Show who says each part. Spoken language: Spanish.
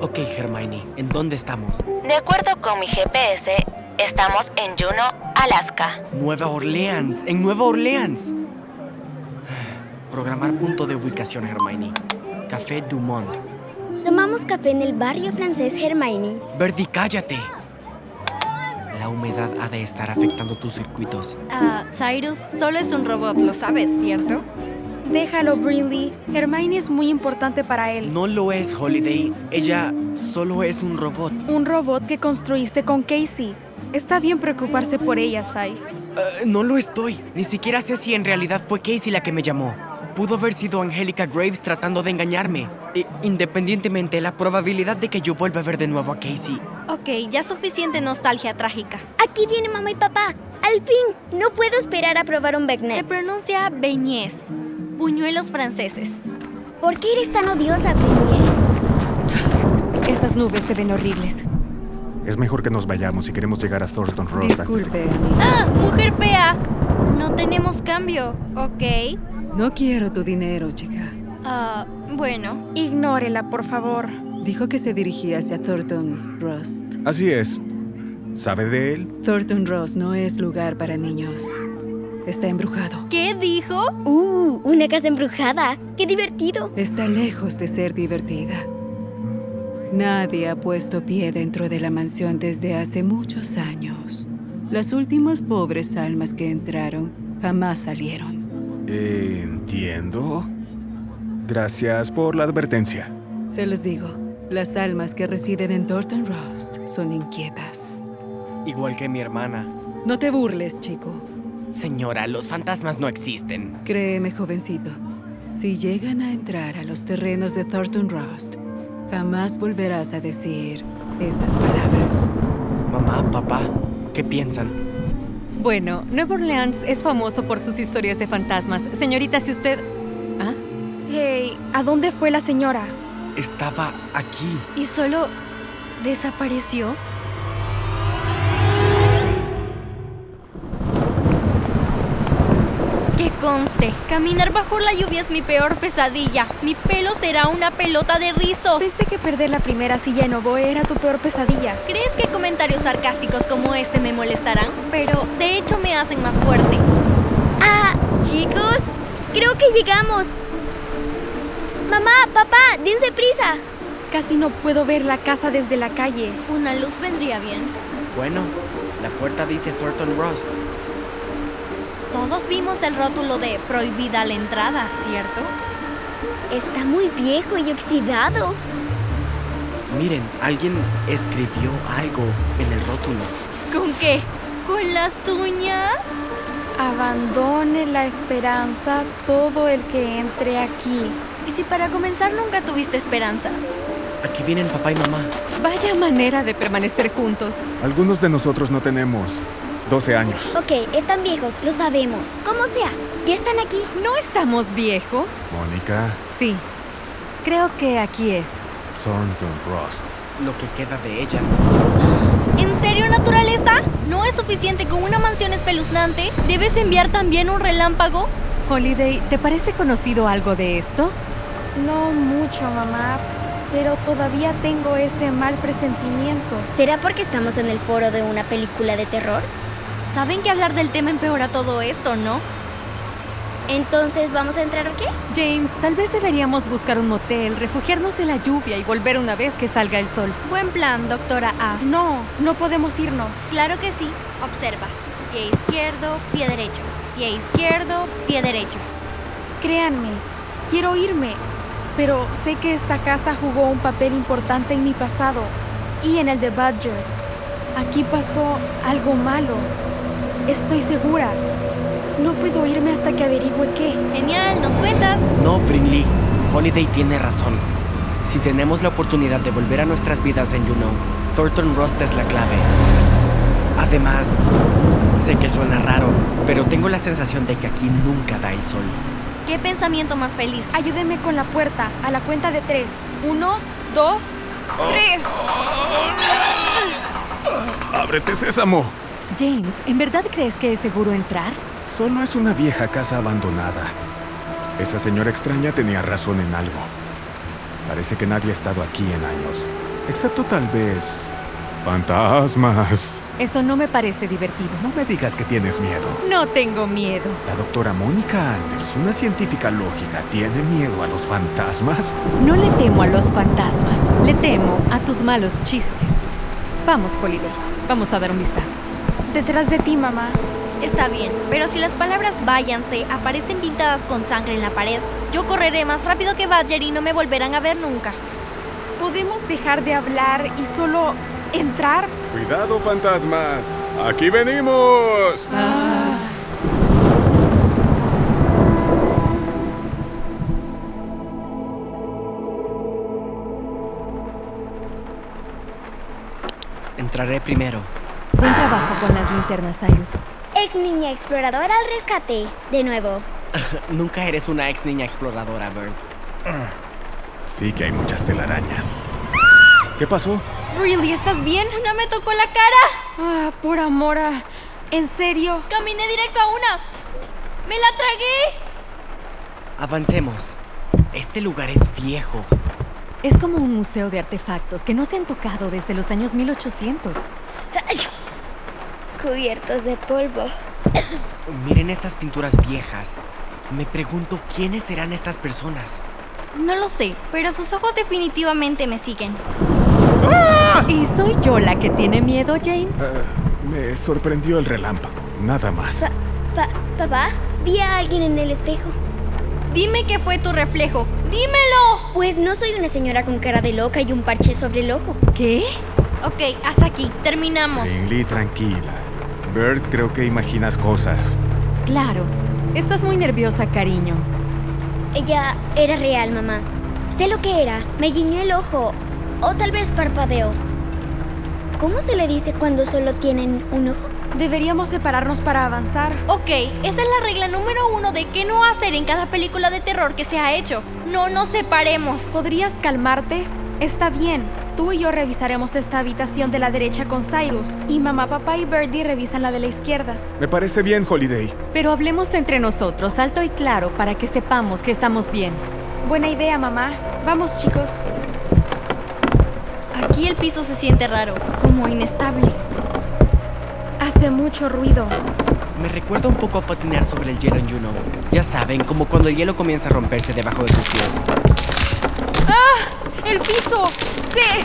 Speaker 1: Ok, Hermione, ¿en dónde estamos?
Speaker 2: De acuerdo con mi GPS, estamos en Juneau, Alaska.
Speaker 1: Nueva Orleans, en Nueva Orleans. Programar punto de ubicación, Hermione. Café Dumont.
Speaker 3: Tomamos café en el barrio francés Hermione.
Speaker 1: Verdi, cállate. La humedad ha de estar afectando tus circuitos.
Speaker 4: Ah, Cyrus solo es un robot, lo sabes, ¿cierto?
Speaker 5: Déjalo, Brinley. Hermione es muy importante para él.
Speaker 1: No lo es, Holiday. Ella solo es un robot.
Speaker 5: Un robot que construiste con Casey. Está bien preocuparse por ella, Sai.
Speaker 1: Eh, no lo estoy. Ni siquiera sé si en realidad fue Casey la que me llamó. Pudo haber sido Angélica Graves tratando de engañarme. E- independientemente, la probabilidad de que yo vuelva a ver de nuevo a Casey.
Speaker 4: Ok, ya suficiente nostalgia trágica.
Speaker 3: Aquí viene mamá y papá. Al fin, no puedo esperar a probar un
Speaker 4: Se
Speaker 3: Becknet.
Speaker 4: pronuncia beñez, puñuelos franceses.
Speaker 3: ¿Por qué eres tan odiosa, Brinley?
Speaker 6: Esas nubes se ven horribles.
Speaker 7: Es mejor que nos vayamos si queremos llegar a Thornton Road. antes de-
Speaker 6: Disculpe, amiga.
Speaker 4: ¡Ah, mujer fea! No tenemos cambio, ¿ok?
Speaker 6: No quiero tu dinero, chica.
Speaker 4: Ah, bueno.
Speaker 5: Ignórela, por favor.
Speaker 6: Dijo que se dirigía hacia Thornton Ross.
Speaker 7: Así es. ¿Sabe de él?
Speaker 6: Thornton Ross no es lugar para niños. Está embrujado.
Speaker 4: ¿Qué dijo?
Speaker 3: Uh, una casa embrujada. ¡Qué divertido!
Speaker 6: Está lejos de ser divertida. Nadie ha puesto pie dentro de la mansión desde hace muchos años. Las últimas pobres almas que entraron jamás salieron.
Speaker 7: Entiendo. Gracias por la advertencia.
Speaker 6: Se los digo, las almas que residen en Thornton Ross son inquietas.
Speaker 1: Igual que mi hermana.
Speaker 6: No te burles, chico.
Speaker 1: Señora, los fantasmas no existen.
Speaker 6: Créeme, jovencito, si llegan a entrar a los terrenos de Thornton Rost, jamás volverás a decir esas palabras.
Speaker 1: Mamá, papá, ¿qué piensan?
Speaker 8: Bueno, Nueva Orleans es famoso por sus historias de fantasmas. Señorita, si usted... Ah,
Speaker 5: Hey, ¿a dónde fue la señora?
Speaker 1: Estaba aquí.
Speaker 4: ¿Y solo desapareció? Que conste, caminar bajo la lluvia es mi peor pesadilla. Mi pelo será una pelota de rizos.
Speaker 5: Pensé que perder la primera silla en Oboe era tu peor pesadilla.
Speaker 4: ¿Crees que comentarios sarcásticos como este me molestarán? Pero de hecho me hacen más fuerte.
Speaker 3: Ah, chicos, creo que llegamos. Mamá, papá, dense prisa.
Speaker 5: Casi no puedo ver la casa desde la calle.
Speaker 4: Una luz vendría bien.
Speaker 1: Bueno, la puerta dice Thornton Rust.
Speaker 4: Todos vimos el rótulo de prohibida la entrada, ¿cierto?
Speaker 3: Está muy viejo y oxidado.
Speaker 1: Miren, alguien escribió algo en el rótulo.
Speaker 4: ¿Con qué? ¿Con las uñas?
Speaker 5: Abandone la esperanza todo el que entre aquí.
Speaker 4: Y si para comenzar nunca tuviste esperanza,
Speaker 1: Aquí vienen papá y mamá.
Speaker 8: vaya manera de permanecer juntos.
Speaker 7: Algunos de nosotros no tenemos 12 años.
Speaker 3: Ok, están viejos, lo sabemos. Como sea, ya están aquí.
Speaker 8: ¿No estamos viejos?
Speaker 7: Mónica,
Speaker 8: Oh. Sí. Creo que aquí es.
Speaker 7: Thornton Rost.
Speaker 1: Lo que queda de ella.
Speaker 4: ¿En serio, naturaleza? ¿No es suficiente con una mansión espeluznante? ¿Debes enviar también un relámpago?
Speaker 8: Holiday, ¿te parece conocido algo de esto?
Speaker 5: No mucho, mamá, pero todavía tengo ese mal presentimiento.
Speaker 3: ¿Será porque estamos en el foro de una película de terror?
Speaker 4: Saben que hablar del tema empeora todo esto, ¿no?
Speaker 3: Entonces, ¿vamos a entrar o qué?
Speaker 8: James, tal vez deberíamos buscar un motel, refugiarnos de la lluvia y volver una vez que salga el sol.
Speaker 4: Buen plan, doctora A.
Speaker 5: No, no podemos irnos.
Speaker 4: Claro que sí. Observa. Pie izquierdo, pie derecho. Pie izquierdo, pie derecho.
Speaker 5: Créanme, quiero irme, pero sé que esta casa jugó un papel importante en mi pasado y en el de Badger. Aquí pasó algo malo. Estoy segura. No puedo irme hasta que averigüe qué.
Speaker 4: Genial, nos cuentas.
Speaker 1: No, Brinley. Holiday tiene razón. Si tenemos la oportunidad de volver a nuestras vidas en Juno, Thornton Rust es la clave. Además, sé que suena raro, pero tengo la sensación de que aquí nunca da el sol.
Speaker 4: Qué pensamiento más feliz.
Speaker 5: Ayúdeme con la puerta, a la cuenta de tres. Uno, dos, tres.
Speaker 7: ¡Ábrete, sésamo!
Speaker 8: James, ¿en verdad crees que es seguro entrar?
Speaker 7: Solo es una vieja casa abandonada. Esa señora extraña tenía razón en algo. Parece que nadie ha estado aquí en años. Excepto tal vez... Fantasmas.
Speaker 8: Eso no me parece divertido.
Speaker 7: No me digas que tienes miedo.
Speaker 8: No tengo miedo.
Speaker 7: La doctora Mónica Anders, una científica lógica, ¿tiene miedo a los fantasmas?
Speaker 8: No le temo a los fantasmas, le temo a tus malos chistes. Vamos, Holiday, vamos a dar un vistazo.
Speaker 5: Detrás de ti, mamá.
Speaker 4: Está bien, pero si las palabras váyanse aparecen pintadas con sangre en la pared, yo correré más rápido que Badger y no me volverán a ver nunca.
Speaker 5: ¿Podemos dejar de hablar y solo entrar?
Speaker 7: Cuidado, fantasmas. Aquí venimos.
Speaker 1: Entraré primero.
Speaker 8: Buen trabajo con las linternas, Cyrus.
Speaker 3: Ex niña exploradora al rescate. De nuevo.
Speaker 1: Nunca eres una ex niña exploradora, Bird.
Speaker 7: Sí que hay muchas telarañas. ¿Qué pasó?
Speaker 4: Really, ¿estás bien? No me tocó la cara.
Speaker 5: Ah, por amor a... ¿En serio?
Speaker 4: Caminé directo a una. Me la tragué.
Speaker 1: Avancemos. Este lugar es viejo.
Speaker 8: Es como un museo de artefactos que no se han tocado desde los años 1800.
Speaker 3: Cubiertos de polvo.
Speaker 1: Miren estas pinturas viejas. Me pregunto quiénes serán estas personas.
Speaker 4: No lo sé, pero sus ojos definitivamente me siguen.
Speaker 8: ¿Y soy yo la que tiene miedo, James?
Speaker 7: Eh. Me sorprendió el relámpago, nada más.
Speaker 3: Pa- papá, vi a alguien en el espejo.
Speaker 4: Dime que fue tu reflejo. ¡Dímelo!
Speaker 3: Pues no soy una señora con cara de loca y un parche sobre el ojo.
Speaker 8: ¿Qué?
Speaker 4: Ok, hasta aquí. Terminamos.
Speaker 7: Bingley, tranquila. Bert, creo que imaginas cosas.
Speaker 8: Claro. Estás muy nerviosa, cariño.
Speaker 3: Ella era real, mamá. Sé lo que era. Me guiñó el ojo. O tal vez parpadeó. ¿Cómo se le dice cuando solo tienen un ojo?
Speaker 5: Deberíamos separarnos para avanzar.
Speaker 4: Ok, esa es la regla número uno de qué no hacer en cada película de terror que se ha hecho. No nos separemos.
Speaker 5: ¿Podrías calmarte? Está bien. Tú y yo revisaremos esta habitación de la derecha con Cyrus. Y mamá, papá y Birdie revisan la de la izquierda.
Speaker 7: Me parece bien, Holiday.
Speaker 8: Pero hablemos entre nosotros, alto y claro, para que sepamos que estamos bien.
Speaker 5: Buena idea, mamá. Vamos, chicos.
Speaker 4: Aquí el piso se siente raro, como inestable.
Speaker 5: Hace mucho ruido.
Speaker 1: Me recuerda un poco a patinar sobre el hielo en Juno. Ya saben, como cuando el hielo comienza a romperse debajo de tus pies.
Speaker 4: ¡El piso! ¡Sí!